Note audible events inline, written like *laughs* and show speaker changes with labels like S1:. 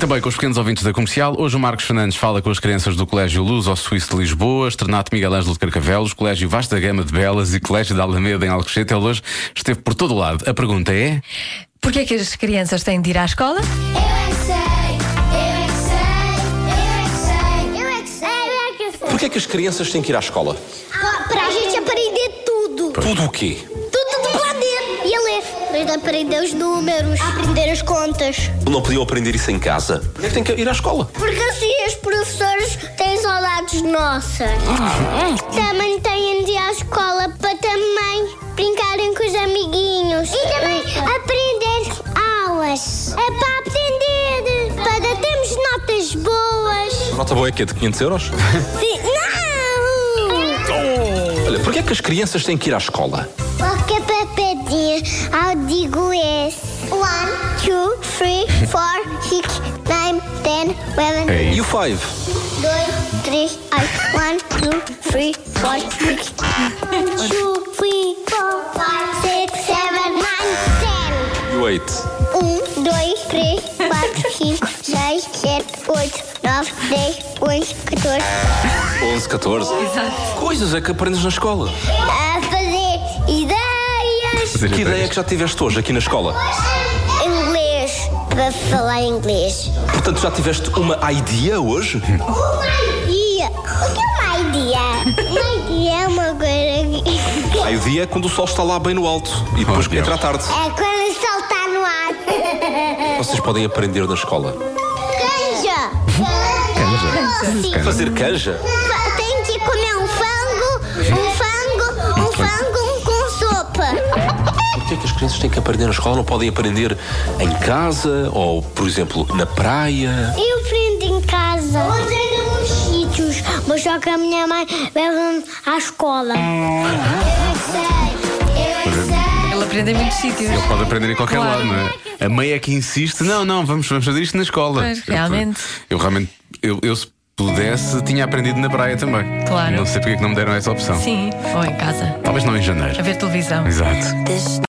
S1: Também com os pequenos ouvintes da comercial, hoje o Marcos Fernandes fala com as crianças do Colégio Luz ao Suíço de Lisboa, Estrenato Miguel Ângelo de Carcavelos, Colégio Vasta Gama de Belas e Colégio da Alameda em Alcochete. Ele hoje esteve por todo o lado. A pergunta é:
S2: Porquê é que as crianças têm de ir à escola?
S3: Eu é que sei, eu é que sei, eu é que sei, eu é que sei, eu é que sei.
S4: Porquê é que as crianças têm que ir à escola?
S3: Para a gente aprender tudo.
S4: Tudo o quê?
S3: Tudo de aprender. E a ler. Para aprender os números. Aprender as contas.
S4: Não podiam aprender isso em casa? Porquê é que têm que ir à escola?
S3: Porque assim os professores têm saudades nossas. Também têm de ir à escola para também brincarem com os amiguinhos. E também aprender aulas. É para aprender. Para termos notas boas.
S4: Nota boa é que é de 500 euros?
S3: Sim. Não!
S4: *laughs* Olha, porquê é que as crianças têm que ir à escola?
S3: Qualquer papadinha, eu digo esse. One, two, three, four, six, nine, ten, eleven,
S2: É
S4: E o five?
S3: dois, três, eight. One, two, three, four, six, two, three, four, five, six, seven, nine, ten.
S4: E o eight?
S3: Um, dois, três, quatro, cinco, seis, sete, oito, nove, dez, onze, quatorze.
S4: 11, 14? Exato. Coisas é que aprendes na escola.
S3: A fazer ideias.
S4: Que ideia é que já tiveste hoje aqui na escola?
S3: Inglês. Para falar inglês.
S4: Portanto, já tiveste uma idea hoje?
S3: Uma idea. O que é uma idea? Uma idea é uma coisa que...
S4: A idea é quando o sol está lá bem no alto e depois
S1: Oh,
S4: entra à tarde.
S3: É quando saltar no ar.
S4: Vocês podem aprender na escola.
S3: Canja. Canja.
S4: Fazer canja?
S3: Tem que comer um fango, um fango, um fango com sopa.
S4: Porquê é que as crianças têm que aprender na escola? Não podem aprender em casa ou, por exemplo, na praia?
S3: Eu aprendo em casa. Eu aprendo em alguns sítios, mas só que a minha mãe leva-me à escola. Eu é que sei, eu é que sei.
S2: Ele aprende em muitos sítios.
S1: Pode aprender em qualquer
S2: Claro.
S1: lado, não é? A mãe é que insiste, não, não, vamos, vamos fazer isto na escola.
S2: Pois, realmente.
S1: Eu, eu realmente, eu, eu, se pudesse, tinha aprendido na praia também.
S2: Claro.
S1: Não sei porque é que não me deram essa opção.
S2: Sim, ou em casa,
S1: Talvez não em janeiro.
S2: É a ver televisão.
S1: Exato.